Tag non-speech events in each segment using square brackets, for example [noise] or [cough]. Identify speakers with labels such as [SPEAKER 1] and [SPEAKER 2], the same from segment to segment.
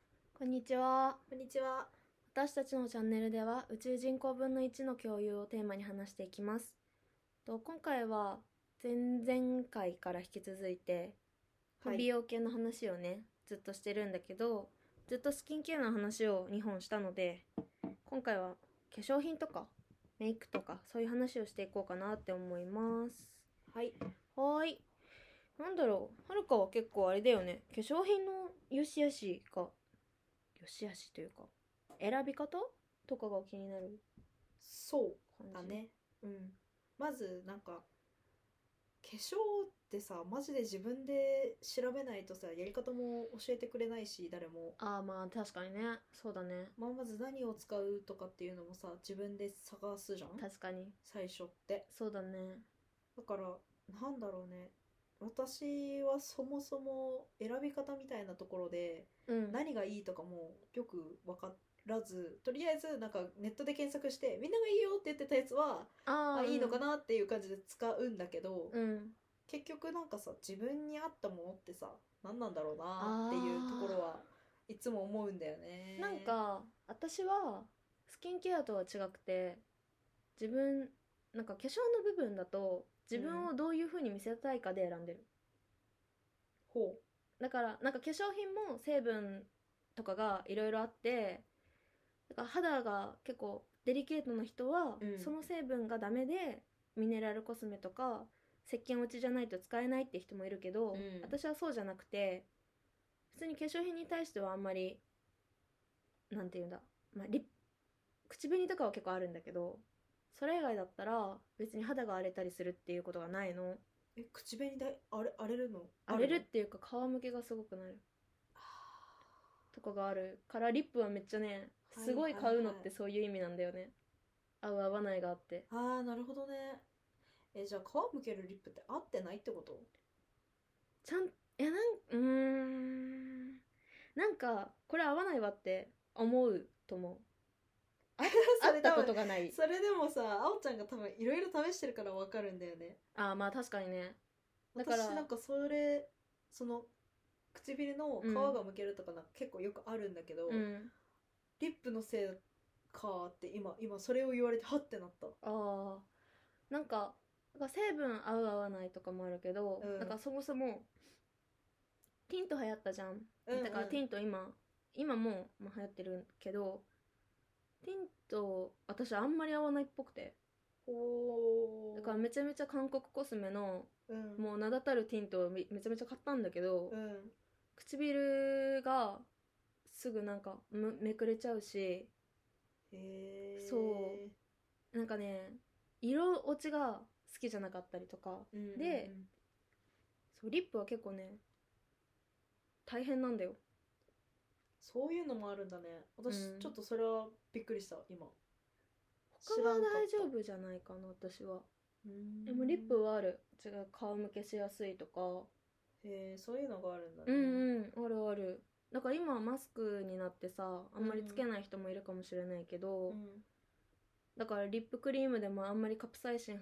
[SPEAKER 1] ちは。
[SPEAKER 2] こんにちは。
[SPEAKER 1] 私たちのチャンネルでは宇宙人口分の1の共有をテーマに話していきます。と今回は前々回から引き続いて美容系の話をね、ずっとしてるんだけどずっとスキンケアの話を2本したので今回は化粧品とかメイクとかそういう話をしていこうかなって思います。
[SPEAKER 2] はい。
[SPEAKER 1] はーい。なんだろう。はるかは結構あれだよね。化粧品の良し悪しが、良し悪しというか、選び方とかが気になる
[SPEAKER 2] そ
[SPEAKER 1] 感
[SPEAKER 2] う
[SPEAKER 1] じ。
[SPEAKER 2] だ。ね。うん。まずなんか化粧ってさ、マジで自分で調べないとさ、やり方も教えてくれないし、誰も。
[SPEAKER 1] ああ、まあ確かにね。そうだね。
[SPEAKER 2] まあ、まず何を使うとかっていうのもさ、自分で探すじゃん。
[SPEAKER 1] 確かに。
[SPEAKER 2] 最初って。
[SPEAKER 1] そうだね。
[SPEAKER 2] だからなんだろうね。私はそもそも選び方みたいなところで
[SPEAKER 1] うん。
[SPEAKER 2] 何がいいとかもよく分からずとりあえずなんかネットで検索してみんながいいよって言ってたやつは
[SPEAKER 1] あ
[SPEAKER 2] あ
[SPEAKER 1] あ、
[SPEAKER 2] いいのかなっていう感じで使うんだけど、
[SPEAKER 1] うん。
[SPEAKER 2] 結局なんかさ自分に合ったものってさ何なんだろうなっていうところはいつも思うんだよね。
[SPEAKER 1] なんか、私は、スキンケアとは違くて、自分、なんか化粧の部分だと、自分をどういう風に見せたいかで選んでる。
[SPEAKER 2] ほ
[SPEAKER 1] だからなんか化粧品も成分とかがいろいろあってだから肌が結構デリケートな人は、
[SPEAKER 2] うん
[SPEAKER 1] その成分がダメでミネラルコスメとか石鹸落ちじゃないと使えないって人もいるけど、
[SPEAKER 2] うん
[SPEAKER 1] 私はそうじゃなくて普通に化粧品に対してはあんまりなんていうんだ、まあ、リッ口紅とかは結構あるんだけどそれ以外だったら別に肌が荒れたりするっていうことがないの
[SPEAKER 2] うえ口紅だ荒れ荒れるの
[SPEAKER 1] 荒れる
[SPEAKER 2] あ
[SPEAKER 1] っていうか皮むけがすごくなる
[SPEAKER 2] あ
[SPEAKER 1] とかがあるからリップはめっちゃね
[SPEAKER 2] はい
[SPEAKER 1] すごい買うのっ
[SPEAKER 2] はいは
[SPEAKER 1] て
[SPEAKER 2] い
[SPEAKER 1] そういう意味なんだよね、合う合わないがあって
[SPEAKER 2] ーあーなるほどね。えじゃあ皮むけるリップって合ってないって
[SPEAKER 1] [laughs]
[SPEAKER 2] こと
[SPEAKER 1] ちゃんいやなんうーんなんかこれ合わないわって思うと思う
[SPEAKER 2] そ
[SPEAKER 1] 会
[SPEAKER 2] れ
[SPEAKER 1] ったこ
[SPEAKER 2] 多
[SPEAKER 1] と
[SPEAKER 2] 分
[SPEAKER 1] がない
[SPEAKER 2] それでもさあおちゃんが多分いろいろ試してるから分かるんだよね。
[SPEAKER 1] ああまあ確かにねだから
[SPEAKER 2] 私なんかそれその唇の皮がむけるとかなんか結構よくあるんだけど、
[SPEAKER 1] うん
[SPEAKER 2] リップのせいかって今今それを言われてはってなった
[SPEAKER 1] ああなんかなんか成分合う合わないとかもあるけど、
[SPEAKER 2] うん
[SPEAKER 1] なんかそもそもティント流行ったじゃん
[SPEAKER 2] うんうん
[SPEAKER 1] だからティント今今もうまあ流行ってるけどティント私あんまり合わないっぽくて
[SPEAKER 2] お
[SPEAKER 1] だからめちゃめちゃ韓国コスメの
[SPEAKER 2] うん
[SPEAKER 1] もう名だたるティントをめめちゃめちゃ買ったんだけど、
[SPEAKER 2] うん
[SPEAKER 1] 唇がすぐなんかむめくれちゃうし
[SPEAKER 2] へー
[SPEAKER 1] そうなんかね色落ちが好きじゃなかったりとか
[SPEAKER 2] うんうんうん
[SPEAKER 1] でそうリップは結構ね大変なんだよ
[SPEAKER 2] そういうのもあるんだね私、
[SPEAKER 1] うん
[SPEAKER 2] ちょっとそれはびっくりした今
[SPEAKER 1] 他は
[SPEAKER 2] 知らんか
[SPEAKER 1] 大
[SPEAKER 2] った
[SPEAKER 1] 丈夫じゃないかな私は
[SPEAKER 2] うん
[SPEAKER 1] でもリップはある違う皮むけしやすいとか
[SPEAKER 2] へーそういうのがあるんだね、
[SPEAKER 1] うんうんあるあるだから今はマスクになってさあんまりつけない人もいるかもしれないけど、
[SPEAKER 2] うん
[SPEAKER 1] だからリップクリームでもあんまりカプサイシン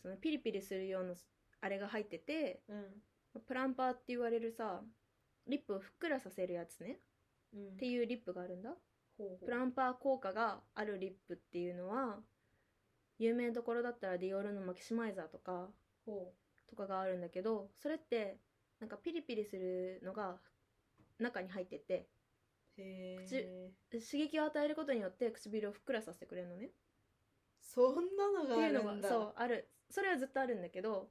[SPEAKER 1] そのピリピリするようなあれが入ってて
[SPEAKER 2] うん
[SPEAKER 1] プランパーって言われるさリップをふっくらさせるやつね
[SPEAKER 2] うん
[SPEAKER 1] っていうリップがあるんだ
[SPEAKER 2] ほうほう
[SPEAKER 1] プランパー効果があるリップっていうのは有名どころだったらディオールのマキシマイザーとか
[SPEAKER 2] ほ
[SPEAKER 1] とかがあるんだけどそれってなんかピリピリするのが中に入ってて
[SPEAKER 2] うへー
[SPEAKER 1] 口刺激を与えることによって唇をふっくらさせてくれるのね
[SPEAKER 2] そんなの
[SPEAKER 1] っ
[SPEAKER 2] が
[SPEAKER 1] て
[SPEAKER 2] あ
[SPEAKER 1] いうの
[SPEAKER 2] るん
[SPEAKER 1] が
[SPEAKER 2] だ
[SPEAKER 1] そうあるそれはずっとあるんだけど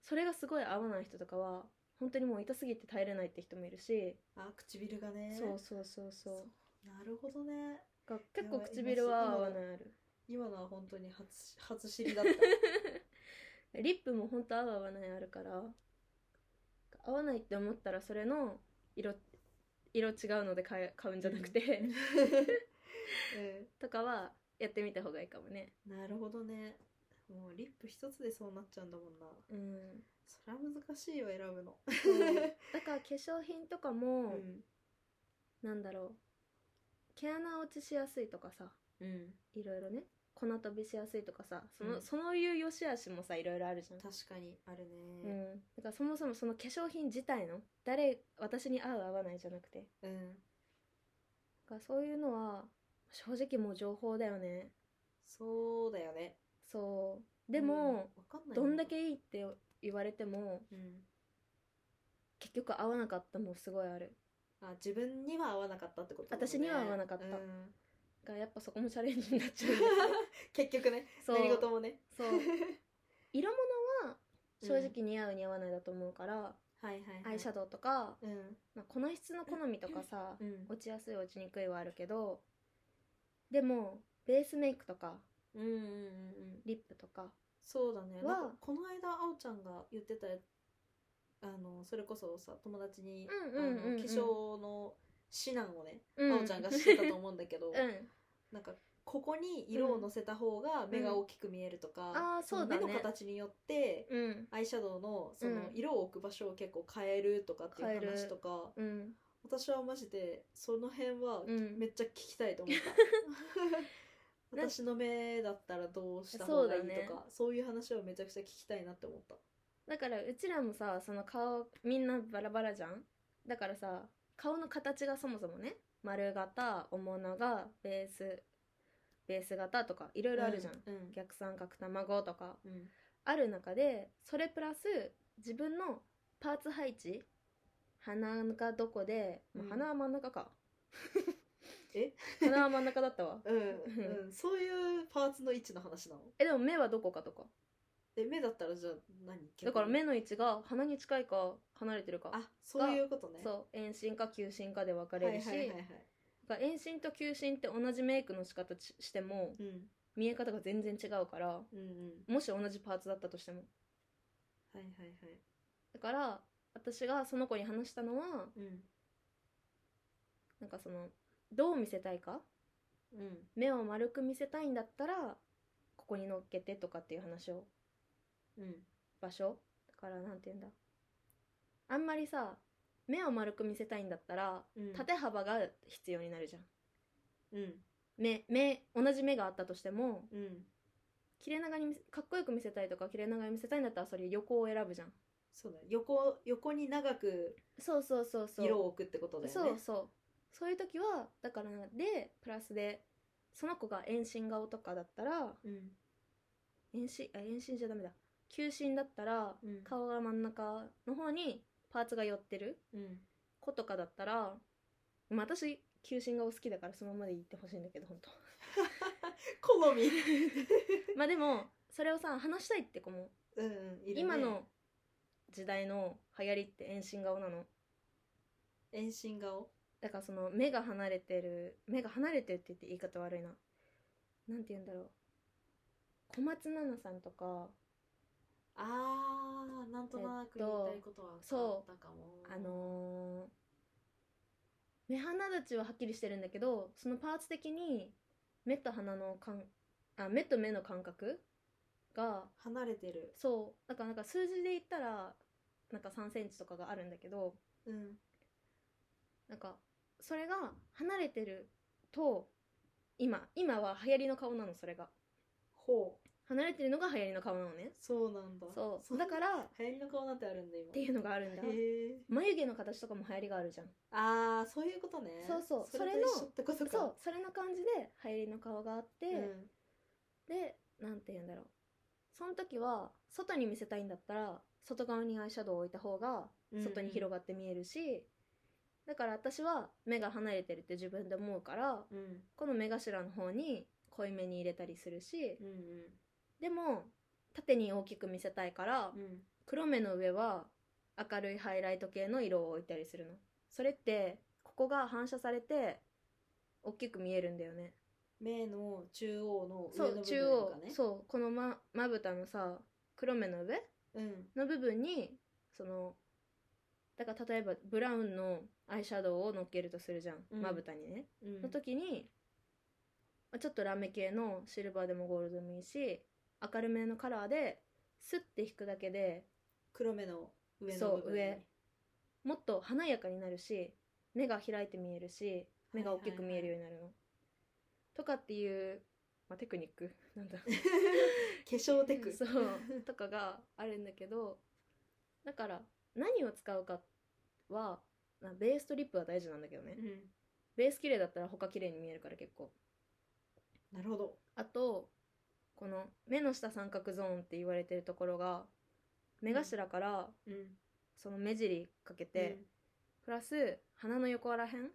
[SPEAKER 1] それがすごい合わない人とかは本当にもう痛すぎて耐えれないって人もいるし、
[SPEAKER 2] あ唇がね
[SPEAKER 1] そうそうそうそう
[SPEAKER 2] なるほどね
[SPEAKER 1] が結
[SPEAKER 2] や
[SPEAKER 1] 構
[SPEAKER 2] ばい
[SPEAKER 1] 唇は
[SPEAKER 2] 今
[SPEAKER 1] 合
[SPEAKER 2] す
[SPEAKER 1] わないある
[SPEAKER 2] 今のは本当に初初知りだった
[SPEAKER 1] リップも本当合う合わないあるから合わないって思ったらそれの色色違うので買え買うんじゃなくて、 [laughs]
[SPEAKER 2] うん
[SPEAKER 1] とかはやってみた方がいいかもね
[SPEAKER 2] うんなるほどねもうリップ一つでそうなっちゃうんだもんな
[SPEAKER 1] うん
[SPEAKER 2] そりゃ難しいよ選ぶの
[SPEAKER 1] そうだから化粧品とか
[SPEAKER 2] う
[SPEAKER 1] も、
[SPEAKER 2] ん
[SPEAKER 1] なんだろう毛穴落ちしやすいとかさ
[SPEAKER 2] うん
[SPEAKER 1] いろいろね粉飛びしやすいとかさその、
[SPEAKER 2] うん
[SPEAKER 1] そういう良し悪しもさいろいろあるじゃん、
[SPEAKER 2] 確かにある
[SPEAKER 1] う
[SPEAKER 2] ね
[SPEAKER 1] ん、だからそもそもその化粧品自体の誰私に合う合わないじゃなくて
[SPEAKER 2] うん
[SPEAKER 1] からそういうのは正直もう情報だよね
[SPEAKER 2] そうだよね
[SPEAKER 1] そうでも、
[SPEAKER 2] うんわかんない
[SPEAKER 1] どんだ
[SPEAKER 2] よ
[SPEAKER 1] けいいって言われても
[SPEAKER 2] うん
[SPEAKER 1] 結局合わなかったもすごいある
[SPEAKER 2] あ自分には合わなかったってことだもんね
[SPEAKER 1] 私には合わなかった
[SPEAKER 2] うん
[SPEAKER 1] [laughs] だからやっぱそこもチャレンジになっちゃ
[SPEAKER 2] [laughs]
[SPEAKER 1] うんだよね
[SPEAKER 2] 結局ね
[SPEAKER 1] そう
[SPEAKER 2] 何事もね
[SPEAKER 1] そう色物は正直似合う似合わないだと思うから、
[SPEAKER 2] はいはいはい
[SPEAKER 1] アイシャドウとか、
[SPEAKER 2] うん
[SPEAKER 1] まあ、この質の好みとかさ、
[SPEAKER 2] うん
[SPEAKER 1] 落ちやすい落ちにくいはあるけどでもベースメイクとか
[SPEAKER 2] うんうんうんうん
[SPEAKER 1] リップとか
[SPEAKER 2] そうだ
[SPEAKER 1] は
[SPEAKER 2] ねなんかこの間あおちゃんが言ってたあのそれこそさ友達に
[SPEAKER 1] う
[SPEAKER 2] あ
[SPEAKER 1] んうん
[SPEAKER 2] の
[SPEAKER 1] うんうん
[SPEAKER 2] 化粧の指南をね
[SPEAKER 1] う
[SPEAKER 2] あおちゃんがしてたと思うんだけど
[SPEAKER 1] うん
[SPEAKER 2] なんかここに色をのせた方が目が大きく見えると
[SPEAKER 1] んあ
[SPEAKER 2] か
[SPEAKER 1] ー
[SPEAKER 2] そ
[SPEAKER 1] そ
[SPEAKER 2] の
[SPEAKER 1] うだ
[SPEAKER 2] 目
[SPEAKER 1] ね
[SPEAKER 2] の形によって
[SPEAKER 1] うん
[SPEAKER 2] アイシャドウのその
[SPEAKER 1] うん
[SPEAKER 2] 色を置く場所を結構変えるとかっていう
[SPEAKER 1] 変える
[SPEAKER 2] 話とか
[SPEAKER 1] うん
[SPEAKER 2] 私はマジでその辺は
[SPEAKER 1] うん
[SPEAKER 2] めっちゃ聞きたいと思った。
[SPEAKER 1] [laughs] な
[SPEAKER 2] 私の目だったらどうした
[SPEAKER 1] そ
[SPEAKER 2] 方
[SPEAKER 1] うだ
[SPEAKER 2] がいいとか
[SPEAKER 1] ね
[SPEAKER 2] そう,、いう話をめちゃくちゃ聞きたいなって思った。
[SPEAKER 1] だからうちらもさその顔みんなバラバラじゃんだからさ顔の形がそもそもね丸型面長ベースベース型とかいろいろあるじゃん、
[SPEAKER 2] うんうん
[SPEAKER 1] 逆三角卵とか
[SPEAKER 2] うん
[SPEAKER 1] ある中でそれプラス自分のパーツ配置鼻がどこで、まあ
[SPEAKER 2] うん
[SPEAKER 1] 鼻は真ん中か
[SPEAKER 2] え
[SPEAKER 1] [laughs] 鼻は真ん中だったわ
[SPEAKER 2] うんうん、そういうパーツの位置の話なの
[SPEAKER 1] えでも目はどこかとか
[SPEAKER 2] で目だったらじゃあ何逆に
[SPEAKER 1] だから目の位置が鼻に近いか離れてるか、
[SPEAKER 2] あそういうことね
[SPEAKER 1] そう遠心か急進かで分か
[SPEAKER 2] はい
[SPEAKER 1] れ
[SPEAKER 2] はい
[SPEAKER 1] る
[SPEAKER 2] は
[SPEAKER 1] し、
[SPEAKER 2] いはい、
[SPEAKER 1] が遠心と急進って同じメイクの仕方ししても
[SPEAKER 2] うん、
[SPEAKER 1] 見え方が全然違うから
[SPEAKER 2] うんうん
[SPEAKER 1] もし同じパーツだったとしても
[SPEAKER 2] はいはいはい
[SPEAKER 1] だから私がその子に話したのは
[SPEAKER 2] うん
[SPEAKER 1] なんかそのどう見せたいか
[SPEAKER 2] うん
[SPEAKER 1] 目を丸く見せたいんだったらここに乗っけてとかっていう話を
[SPEAKER 2] うん
[SPEAKER 1] 場所だからなんて言うんだあんまりさ目を丸く見せたいんだったら
[SPEAKER 2] うん
[SPEAKER 1] 縦幅が必要になるじゃん
[SPEAKER 2] うん
[SPEAKER 1] 目目同じ目があったとしても
[SPEAKER 2] うん
[SPEAKER 1] 切れ長に見せかっこよく見せたいとか切れ長に見せたいんだったらそれ横を選ぶじゃん
[SPEAKER 2] そうだね横横に長く
[SPEAKER 1] そうそうそうそう
[SPEAKER 2] 色を置くってことだよね
[SPEAKER 1] そうそうそういう時はだからでプラスでその子が遠心顔とかだったら
[SPEAKER 2] うん
[SPEAKER 1] 遠心あ遠心じゃダメだ球心だったら、
[SPEAKER 2] うん
[SPEAKER 1] 顔が真ん中の方にパーツが寄ってる
[SPEAKER 2] うん
[SPEAKER 1] 子とかだったら、まあ、私球心顔好きだからそのままで言ってほしいんだけど本 [laughs] 当 [laughs]
[SPEAKER 2] 好み
[SPEAKER 1] まあでもそれをさ話したいって子も、
[SPEAKER 2] うんうんいるね
[SPEAKER 1] 今の時代の流行りって遠心顔なの
[SPEAKER 2] 遠心顔
[SPEAKER 1] だからその目が離れてる目が離れてるって言って言い方悪いななんて言うんだろう小松菜奈さんとか
[SPEAKER 2] あーなんとなく言いたいことは
[SPEAKER 1] えっとそう
[SPEAKER 2] あったかも
[SPEAKER 1] あのー目鼻立ちははっきりしてるんだけどそのパーツ的に目と鼻のかんあ目と目の感覚が
[SPEAKER 2] 離れてる
[SPEAKER 1] そうだからなんか数字で言ったらなんか3センチとかがあるんだけど
[SPEAKER 2] うん
[SPEAKER 1] なんかそれが離れてると今今は流行りの顔なのそれが
[SPEAKER 2] ほう
[SPEAKER 1] 離れてるのが流行りの顔なのね
[SPEAKER 2] そうなんだ
[SPEAKER 1] そう
[SPEAKER 2] そ
[SPEAKER 1] だからっ
[SPEAKER 2] 流行りの顔なんてあるんだ今
[SPEAKER 1] ていうのがあるんだ
[SPEAKER 2] へえ
[SPEAKER 1] 眉毛の形とかも流行りがあるじゃん
[SPEAKER 2] ああそういうことね
[SPEAKER 1] そうそう
[SPEAKER 2] それと一緒ってことか
[SPEAKER 1] そうそれの感じで流行りの顔があって、
[SPEAKER 2] うん
[SPEAKER 1] でなんて言うんだろうその時は外に見せたいんだったら外側にアイシャドウを置いた方が
[SPEAKER 2] うんうん
[SPEAKER 1] 外に広がって見えるし、だから私は目が離れてるって自分で思うから
[SPEAKER 2] うん
[SPEAKER 1] この目頭の方に濃いめに入れたりするし
[SPEAKER 2] うん
[SPEAKER 1] でも縦に大きく見せたいから、
[SPEAKER 2] うんうん
[SPEAKER 1] 黒目の上は明るいハイライト系の色を置いたりするのそれってここが反射されて大きく見えるんだよね
[SPEAKER 2] 目の中央の
[SPEAKER 1] そ
[SPEAKER 2] 上の
[SPEAKER 1] う
[SPEAKER 2] 部
[SPEAKER 1] 中
[SPEAKER 2] 分
[SPEAKER 1] 央
[SPEAKER 2] がね
[SPEAKER 1] そうこのままぶたのさ黒目の上
[SPEAKER 2] うん
[SPEAKER 1] の部分にそのだから例えばブラウンのアイシャドウをのっけるとするじゃん
[SPEAKER 2] うん
[SPEAKER 1] まぶたにね、
[SPEAKER 2] うん
[SPEAKER 1] の時にまあちょっとラメ系のシルバーでもゴールドでもいいし明るめのカラーでスッて引くだけで
[SPEAKER 2] 黒目の上の
[SPEAKER 1] そう
[SPEAKER 2] 部分に
[SPEAKER 1] 上
[SPEAKER 2] [laughs]
[SPEAKER 1] もっと華やかになるし目が開いて見えるし目が大きく見えるようになるの、とかっていう、まあ、テクニッ
[SPEAKER 2] [laughs]
[SPEAKER 1] クなんだ
[SPEAKER 2] 化粧テク
[SPEAKER 1] そうとかがあるんだけどだから何を使うかはまあベースとリップは大事なんだけどね
[SPEAKER 2] うん
[SPEAKER 1] ベース綺麗だったら他綺麗に見えるから結構
[SPEAKER 2] なるほど
[SPEAKER 1] あとこの目の下三角ゾーンって言われてるところが目頭から
[SPEAKER 2] うん
[SPEAKER 1] その目尻かけて、
[SPEAKER 2] うん
[SPEAKER 1] プラス鼻の横らへん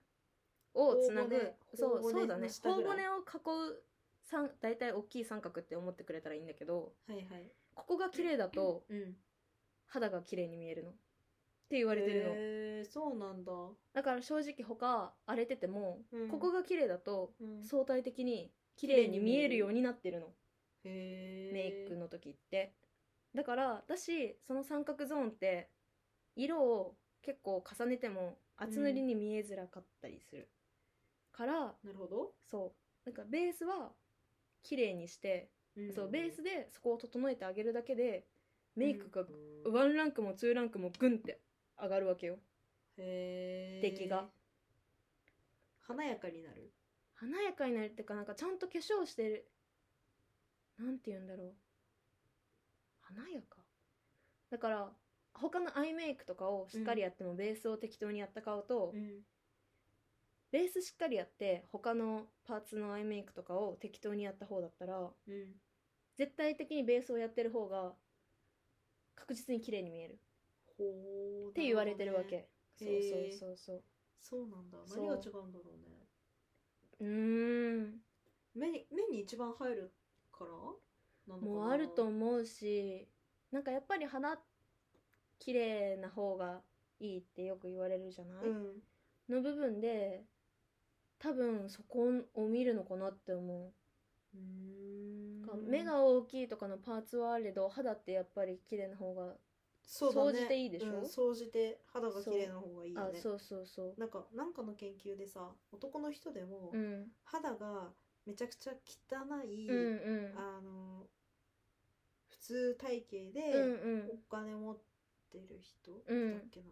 [SPEAKER 1] をつなぐ
[SPEAKER 2] 頬
[SPEAKER 1] そう
[SPEAKER 2] 骨
[SPEAKER 1] そうだね
[SPEAKER 2] の下
[SPEAKER 1] 頬
[SPEAKER 2] ぐ
[SPEAKER 1] 骨
[SPEAKER 2] ら
[SPEAKER 1] を
[SPEAKER 2] い
[SPEAKER 1] 囲う三大体大きい三角って思ってくれたらいいんだけど
[SPEAKER 2] はいはい
[SPEAKER 1] ここが綺麗だと
[SPEAKER 2] うん
[SPEAKER 1] 肌が綺麗に見えるのって言われてるの、
[SPEAKER 2] へーそうなんだ、
[SPEAKER 1] だから正直他荒れてても、
[SPEAKER 2] うん
[SPEAKER 1] ここが綺麗だと
[SPEAKER 2] うん
[SPEAKER 1] 相対的に綺麗に見えるようになってるの
[SPEAKER 2] へー
[SPEAKER 1] メイクの時ってだから私その三角ゾーンって色を結構重ねても厚塗りに見えづらかったりする、から
[SPEAKER 2] なるほど、
[SPEAKER 1] そうなんかベースは綺麗にして、
[SPEAKER 2] うん
[SPEAKER 1] そうベースでそこを整えてあげるだけでメイクが
[SPEAKER 2] うん
[SPEAKER 1] ワンランクもツーランクもグンって上がるわけよ
[SPEAKER 2] へー
[SPEAKER 1] 出来が
[SPEAKER 2] 華やかになる
[SPEAKER 1] 華やかになるっていうかなんかちゃんと化粧してるなんて言うんだろう華やかだから他のアイメイクとかをしっかりやってもベースを適当にやった顔と、
[SPEAKER 2] ん
[SPEAKER 1] ベースしっかりやって他のパーツのアイメイクとかを適当にやった方だったら
[SPEAKER 2] うん
[SPEAKER 1] 絶対的にベースをやってる方が確実に綺麗に見える
[SPEAKER 2] ほう
[SPEAKER 1] って言われてるわ
[SPEAKER 2] な
[SPEAKER 1] け、そ
[SPEAKER 2] ほ
[SPEAKER 1] う
[SPEAKER 2] どねへー
[SPEAKER 1] そうそうそう
[SPEAKER 2] ほどねそうなんだ
[SPEAKER 1] そう
[SPEAKER 2] 何が違うんだろうね
[SPEAKER 1] うーん
[SPEAKER 2] 目に目に一番入るからなのかな
[SPEAKER 1] もうあると思うしなんかやっぱり肌綺麗な方がいいってよく言われるじゃない、
[SPEAKER 2] うん
[SPEAKER 1] の部分で多分そこを見るのかなって思
[SPEAKER 2] う
[SPEAKER 1] う、
[SPEAKER 2] ーん
[SPEAKER 1] か目が大きいとかのパーツはあれど肌ってやっぱり綺麗な方が
[SPEAKER 2] そうだね
[SPEAKER 1] 総じていいでしょ
[SPEAKER 2] うん総じて肌が綺麗な方がいいよ
[SPEAKER 1] あ
[SPEAKER 2] ね
[SPEAKER 1] そうそうそう
[SPEAKER 2] なんかなんかの研究でさ男の人でも
[SPEAKER 1] うん
[SPEAKER 2] 肌がめちゃくちゃ汚い、
[SPEAKER 1] うんうん
[SPEAKER 2] あの普通体型
[SPEAKER 1] うん
[SPEAKER 2] で
[SPEAKER 1] うん
[SPEAKER 2] お金持ってる人
[SPEAKER 1] うん
[SPEAKER 2] だっけな、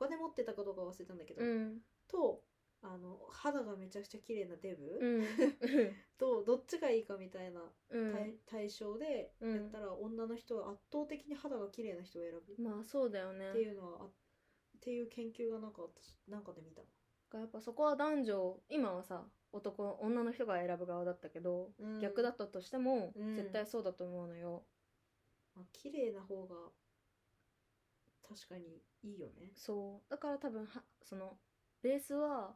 [SPEAKER 2] お金持ってたかどうか忘れたんだけど、
[SPEAKER 1] うん
[SPEAKER 2] とあの肌がめちゃくちゃ綺麗なデブ、
[SPEAKER 1] うん
[SPEAKER 2] とどっちがいいかみたいな
[SPEAKER 1] うん
[SPEAKER 2] 対,、対象で
[SPEAKER 1] う
[SPEAKER 2] や
[SPEAKER 1] ん
[SPEAKER 2] ったら女の人は圧倒的に肌が綺麗な人を選ぶ
[SPEAKER 1] まあそうだよね
[SPEAKER 2] っていうのはあっていう研究がなんか私なんかで見た。
[SPEAKER 1] かやっぱそこは男女今はさ男女の人が選ぶ側だったけど、
[SPEAKER 2] うん
[SPEAKER 1] 逆だったとしても、
[SPEAKER 2] うん
[SPEAKER 1] 絶対そうだと思うのよ
[SPEAKER 2] まあ、綺麗な方が確かにいいよね。
[SPEAKER 1] そうだから多分はそのベースは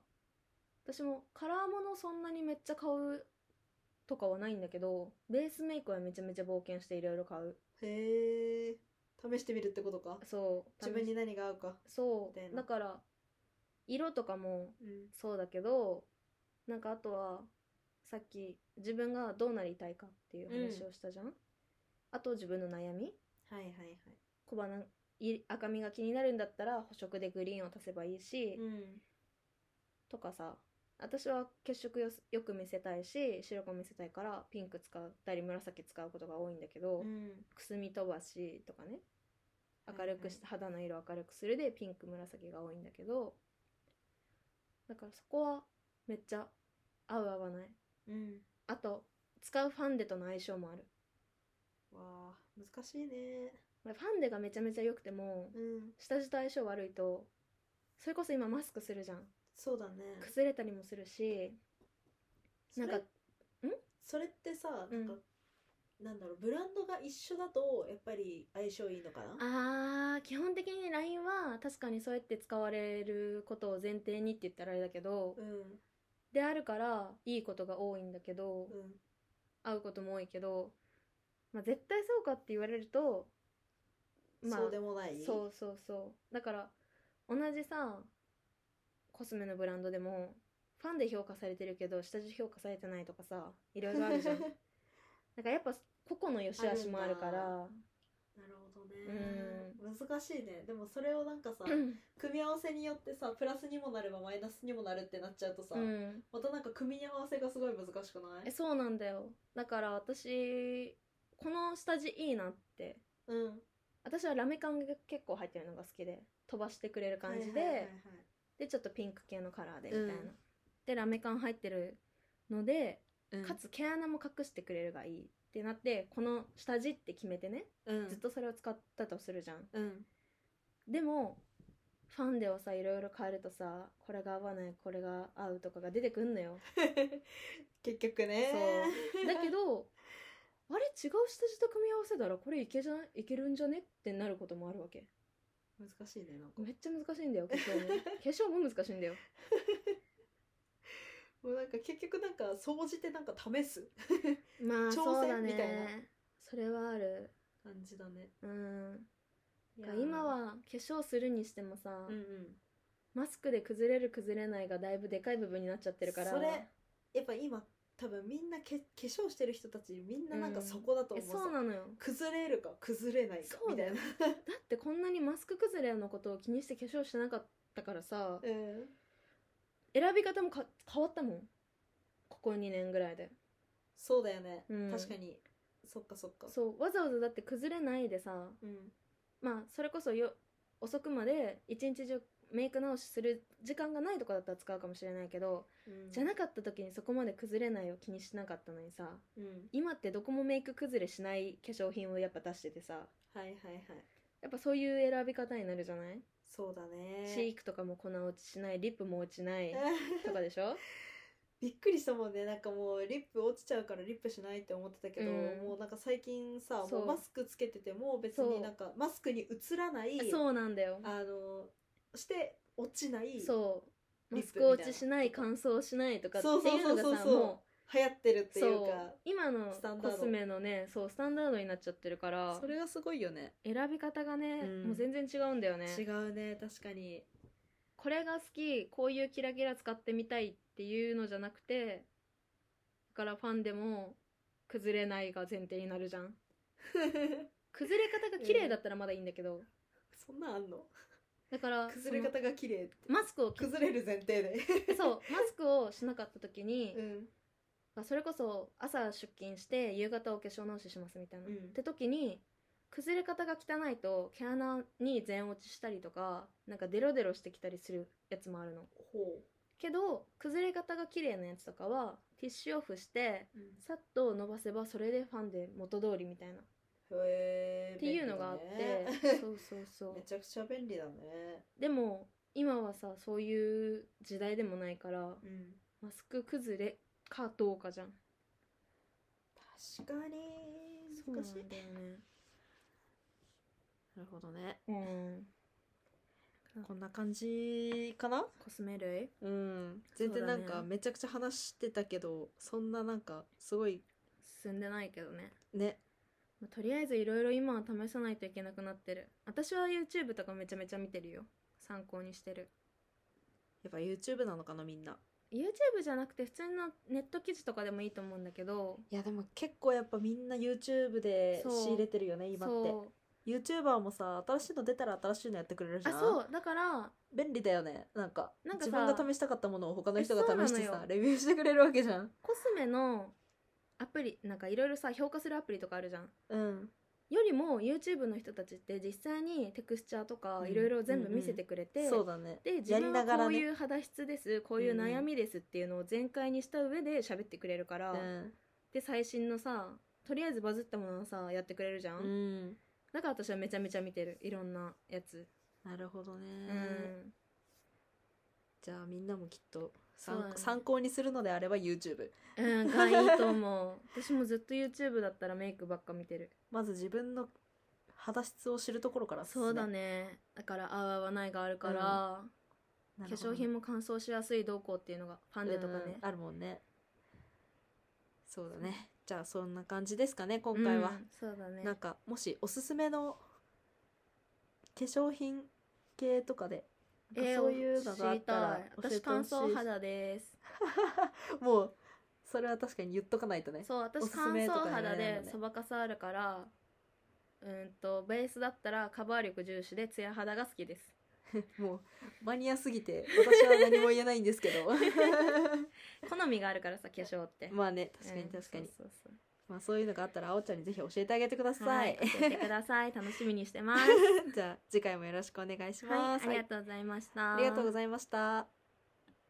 [SPEAKER 1] 私もカラーものそんなにめっちゃ買うとかはないんだけどベースメイクはめちゃめちゃ冒険していろいろ買う
[SPEAKER 2] へえ試してみるってことか
[SPEAKER 1] そう
[SPEAKER 2] 自分に
[SPEAKER 1] 試し
[SPEAKER 2] 何が合うか。
[SPEAKER 1] そ
[SPEAKER 2] みたいうな
[SPEAKER 1] だから色とかも
[SPEAKER 2] うん
[SPEAKER 1] そうだけどなんかあとはさっき自分がどうなりたいかっていう話をしたじゃん、あと自分の悩み
[SPEAKER 2] はいはいはい。
[SPEAKER 1] 小鼻い赤みが気になるんだったら補色でグリーンを足せばいいし、
[SPEAKER 2] うん
[SPEAKER 1] とかさ私は血色よよく見せたいし白く見せたいからピンク使ったり紫使うことが多いんだけど、
[SPEAKER 2] うん
[SPEAKER 1] くすみ飛ばしとかね
[SPEAKER 2] はいは
[SPEAKER 1] 明
[SPEAKER 2] い
[SPEAKER 1] るくし、肌の色を明るくするでピンク紫が多いんだけどだからそこはめっちゃ合う合わない
[SPEAKER 2] うん。
[SPEAKER 1] あと使うファンデとの相性もある
[SPEAKER 2] わあ難しいね。
[SPEAKER 1] ファンデがめちゃめちゃ良くても
[SPEAKER 2] うん
[SPEAKER 1] 下地と相性悪いとそれこそ今マスクするじゃん
[SPEAKER 2] そうだね。
[SPEAKER 1] 崩れたりもするしなんか
[SPEAKER 2] それそれってさ
[SPEAKER 1] う
[SPEAKER 2] なんんか、なんだろうブランドが一緒だとやっぱり相性いいのかな。
[SPEAKER 1] あー基本的に LINE は確かにそうやって使われることを前提にって言ったらあれだけど、
[SPEAKER 2] うん
[SPEAKER 1] であるからいいことが多いんだけど、
[SPEAKER 2] うん
[SPEAKER 1] 会うことも多いけど、まあ、絶対そうかって言われるとまあ
[SPEAKER 2] そうでもない。
[SPEAKER 1] そうそうそうだから同じさコスメのブランドでもファンで評価されてるけど下地評価されてないとかさいろいろある
[SPEAKER 2] [laughs]
[SPEAKER 1] じゃんなんかやっぱ個々の良し悪しもあるから
[SPEAKER 2] なるほどね。難しいね。でもそれをなんかさ
[SPEAKER 1] う、ん
[SPEAKER 2] 組み合わせによってさ、プラスにもなればマイナスにもなるってなっちゃうとさ、
[SPEAKER 1] うん
[SPEAKER 2] またなんか組み合わせがすごい難しくな
[SPEAKER 1] え
[SPEAKER 2] い
[SPEAKER 1] そうなんだよだから私この下地いいなって
[SPEAKER 2] うん。
[SPEAKER 1] 私はラメ感が結構入ってるのが好きで飛ばしてくれる感じで、
[SPEAKER 2] はいはいはい
[SPEAKER 1] でちょっとピンク系のカラーでみた
[SPEAKER 2] う
[SPEAKER 1] い
[SPEAKER 2] ん
[SPEAKER 1] な、でラメ感入ってるので、
[SPEAKER 2] はい
[SPEAKER 1] かつ毛穴も隠してくれるがいいってなってこの下地って決めてね、
[SPEAKER 2] うん
[SPEAKER 1] ずっとそれを使ったとするじゃん
[SPEAKER 2] うん
[SPEAKER 1] でもファンデをさいろいろ変えるとさこれが合わないこれが合うとかが出てくんのよ
[SPEAKER 2] 結局ね
[SPEAKER 1] そうだけどあれ違う下地と組み合わせたらこれいけじゃんいけるんじゃねってなることもあるわけ
[SPEAKER 2] 難しいねなんか
[SPEAKER 1] めっちゃ難しいんだよ化粧も化粧も難しい
[SPEAKER 2] [laughs]
[SPEAKER 1] んだよ
[SPEAKER 2] もうなんか結局なんか総じてなんか試す
[SPEAKER 1] まあ
[SPEAKER 2] 挑戦
[SPEAKER 1] そうだね
[SPEAKER 2] みたいな
[SPEAKER 1] それはある
[SPEAKER 2] 感じだね
[SPEAKER 1] うん
[SPEAKER 2] いやー
[SPEAKER 1] 今は化粧するにしてもさ、
[SPEAKER 2] うんうん
[SPEAKER 1] マスクで崩れる崩れないがだいぶでかい部分になっちゃってるから
[SPEAKER 2] それやっぱ今多分みんなけ化粧してる人たちみんななんかそこだと
[SPEAKER 1] え
[SPEAKER 2] 思う,、
[SPEAKER 1] そうなのよ
[SPEAKER 2] 崩れるか崩れないか
[SPEAKER 1] そう
[SPEAKER 2] み
[SPEAKER 1] だ
[SPEAKER 2] たい
[SPEAKER 1] よ
[SPEAKER 2] な
[SPEAKER 1] だってこんなにマスク崩れのことを気にして化粧してなかったからさ
[SPEAKER 2] うん
[SPEAKER 1] 選び方もか変わったもんここ2年ぐらいで
[SPEAKER 2] そうだよね、
[SPEAKER 1] うん
[SPEAKER 2] 確かにそっかそっか
[SPEAKER 1] そうわざわざだって崩れないでさ
[SPEAKER 2] うん
[SPEAKER 1] まあそれこそよ遅くまで一日中メイク直しする時間がないとかだったら使うかもしれないけど、
[SPEAKER 2] うん
[SPEAKER 1] じゃなかった時にそこまで崩れないを気にしなかったのにさ
[SPEAKER 2] うん
[SPEAKER 1] 今ってどこもメイク崩れしない化粧品をやっぱ出しててさ
[SPEAKER 2] はいはいはい
[SPEAKER 1] やっぱそういう選び方になるじゃない、
[SPEAKER 2] そうだね
[SPEAKER 1] チークとかも粉落ちしないリップも落ちない
[SPEAKER 2] [laughs]
[SPEAKER 1] とかでしょ
[SPEAKER 2] びっくりしたもんねなんかもうリップ落ちちゃうからリップしないって思ってたけど、
[SPEAKER 1] うん
[SPEAKER 2] もうなんか最近さ
[SPEAKER 1] そ
[SPEAKER 2] も
[SPEAKER 1] う
[SPEAKER 2] うマスクつけてても別
[SPEAKER 1] そう
[SPEAKER 2] になんかマスクに映らない
[SPEAKER 1] そうなんだよ
[SPEAKER 2] あのして落ちない流
[SPEAKER 1] そうマ
[SPEAKER 2] リップ
[SPEAKER 1] スク落ちしない乾燥しないとかっていうの
[SPEAKER 2] そ
[SPEAKER 1] が
[SPEAKER 2] う
[SPEAKER 1] さ
[SPEAKER 2] そうそうそう
[SPEAKER 1] も
[SPEAKER 2] 行ってるっ
[SPEAKER 1] う
[SPEAKER 2] ていう
[SPEAKER 1] そう
[SPEAKER 2] か
[SPEAKER 1] 今の
[SPEAKER 2] スタンダー
[SPEAKER 1] コ
[SPEAKER 2] ド
[SPEAKER 1] スメのねそうスタンダードになっちゃってるから
[SPEAKER 2] れがすごいよね
[SPEAKER 1] 選び方がね、
[SPEAKER 2] うん
[SPEAKER 1] もう全然違うんだよね
[SPEAKER 2] 違うね確か [laughs] に
[SPEAKER 1] これが好きこういうキラキラ使ってみたいっていうのじゃなくてだからファンでも崩れないが前提になるじゃん崩れ方が綺麗だったらまだいいんだけど、
[SPEAKER 2] そんなんあんの
[SPEAKER 1] だから
[SPEAKER 2] 崩れ方が綺麗って
[SPEAKER 1] そのマスクを
[SPEAKER 2] 崩れる前提で
[SPEAKER 1] そうマスクをしなかった時に、
[SPEAKER 2] ん
[SPEAKER 1] まあそれこそ朝出勤して夕方お化粧直ししますみたいな、
[SPEAKER 2] うん
[SPEAKER 1] って時に崩れ方が汚いと毛穴に全落ちしたりとかなんかデロデロしてきたりするやつもあるの
[SPEAKER 2] ほ
[SPEAKER 1] けど崩れ方が綺麗なやつとかはティッシュオフして
[SPEAKER 2] う、
[SPEAKER 1] さっと伸ばせばそれでファンで元通りみたいなっ
[SPEAKER 2] へえ
[SPEAKER 1] ていうのがあって、そうそうそ
[SPEAKER 2] め
[SPEAKER 1] う
[SPEAKER 2] ちゃくちゃ便利だね
[SPEAKER 1] でも今はさそういう時代でもないから
[SPEAKER 2] うん
[SPEAKER 1] マスク崩れかどうかじゃん
[SPEAKER 2] 確かに難しい
[SPEAKER 1] そうなんだよね
[SPEAKER 2] なるほどね
[SPEAKER 1] うん
[SPEAKER 2] こんな感じかな
[SPEAKER 1] コスメ類
[SPEAKER 2] うん全然なん
[SPEAKER 1] そうだ
[SPEAKER 2] か
[SPEAKER 1] ね
[SPEAKER 2] めちゃくちゃ話してたけどそ,、んななんかすごい
[SPEAKER 1] 進んでないけどね、
[SPEAKER 2] ね
[SPEAKER 1] まあとりあえずいろいろ今は試さないといけなくなってる私は YouTube とかめちゃめちゃ見てるよ参考にしてる
[SPEAKER 2] やっぱ YouTube なのかなみんな
[SPEAKER 1] YouTube じゃなくて普通のネット記事とかでもいいと思うんだけど
[SPEAKER 2] いやでも結構やっぱみんな YouTube で
[SPEAKER 1] そう
[SPEAKER 2] 仕入れてるよね今って
[SPEAKER 1] そう
[SPEAKER 2] YouTuber もさ新しいの出たら新しいのやってくれるじ
[SPEAKER 1] あ
[SPEAKER 2] ゃん
[SPEAKER 1] そうだから
[SPEAKER 2] 便利だよねなんか
[SPEAKER 1] なんかさ
[SPEAKER 2] 自分が試したかったものを他の人が試して
[SPEAKER 1] えそうなの
[SPEAKER 2] さ
[SPEAKER 1] よ
[SPEAKER 2] レビューしてくれるわけじゃん
[SPEAKER 1] コスメのアプリなんかいろいろさ評価するアプリとかあるじゃん
[SPEAKER 2] うん
[SPEAKER 1] よりも YouTube の人たちって実際にテクスチャーとかいろいろ全部見せてくれて、
[SPEAKER 2] そうだね
[SPEAKER 1] で自
[SPEAKER 2] やり
[SPEAKER 1] 分
[SPEAKER 2] な
[SPEAKER 1] は
[SPEAKER 2] がら
[SPEAKER 1] こ
[SPEAKER 2] ね
[SPEAKER 1] ういう肌質ですこういう悩みですっていうのを全開にした上で喋ってくれるから、
[SPEAKER 2] うん
[SPEAKER 1] で最新のさとりあえずバズったものをさやってくれるじゃん、
[SPEAKER 2] うん
[SPEAKER 1] だから私はめちゃめちゃ見てるいろんなやつ、
[SPEAKER 2] なるほどね、
[SPEAKER 1] うん
[SPEAKER 2] じゃあみんなもきっと
[SPEAKER 1] そうだ
[SPEAKER 2] 参,、
[SPEAKER 1] ね
[SPEAKER 2] 参考にするのであれば YouTube
[SPEAKER 1] うん、がいいと思う私もずっと YouTube だったらメイクばっか見てる
[SPEAKER 2] まず自分の肌質を知るところから
[SPEAKER 1] そうだねだから合う合わないがあるから、
[SPEAKER 2] な
[SPEAKER 1] 化
[SPEAKER 2] るほど
[SPEAKER 1] 粧品も乾燥しやすい動向っていうのがファンデとかね
[SPEAKER 2] うん、あるもんねそうだねじゃあそんな感じですかね今回は
[SPEAKER 1] う、んそうだね
[SPEAKER 2] なんかもしおすすめの化粧品系とかでなんか
[SPEAKER 1] えー
[SPEAKER 2] そういうのがあったら
[SPEAKER 1] 知りたい私
[SPEAKER 2] 教えてほ
[SPEAKER 1] 乾
[SPEAKER 2] しい
[SPEAKER 1] 燥肌です
[SPEAKER 2] もうそれは確かに言っとかないとね
[SPEAKER 1] そう
[SPEAKER 2] お
[SPEAKER 1] 私
[SPEAKER 2] すす
[SPEAKER 1] 乾
[SPEAKER 2] めとか
[SPEAKER 1] 燥肌
[SPEAKER 2] じゃないも
[SPEAKER 1] で
[SPEAKER 2] んね
[SPEAKER 1] そばかさあるからうんとベースだったらカバー力重視でツヤ肌が好きです
[SPEAKER 2] もうマニアすぎて私は何も言えないんです
[SPEAKER 1] [laughs]
[SPEAKER 2] けど
[SPEAKER 1] 好みがあるからさ化粧って、
[SPEAKER 2] まあね確か
[SPEAKER 1] う
[SPEAKER 2] に
[SPEAKER 1] ん
[SPEAKER 2] 確かに、
[SPEAKER 1] そうそう
[SPEAKER 2] まあそういうのがあったらあおちゃんにぜひ教えてあげてくだ
[SPEAKER 1] そう
[SPEAKER 2] さ
[SPEAKER 1] はい
[SPEAKER 2] い、
[SPEAKER 1] 教えてください楽しみにしてます
[SPEAKER 2] [laughs] じゃあ次回もよろしくお願いし
[SPEAKER 1] は
[SPEAKER 2] ます、
[SPEAKER 1] いあり
[SPEAKER 2] は
[SPEAKER 1] が
[SPEAKER 2] い
[SPEAKER 1] とうございました
[SPEAKER 2] ありがとうございました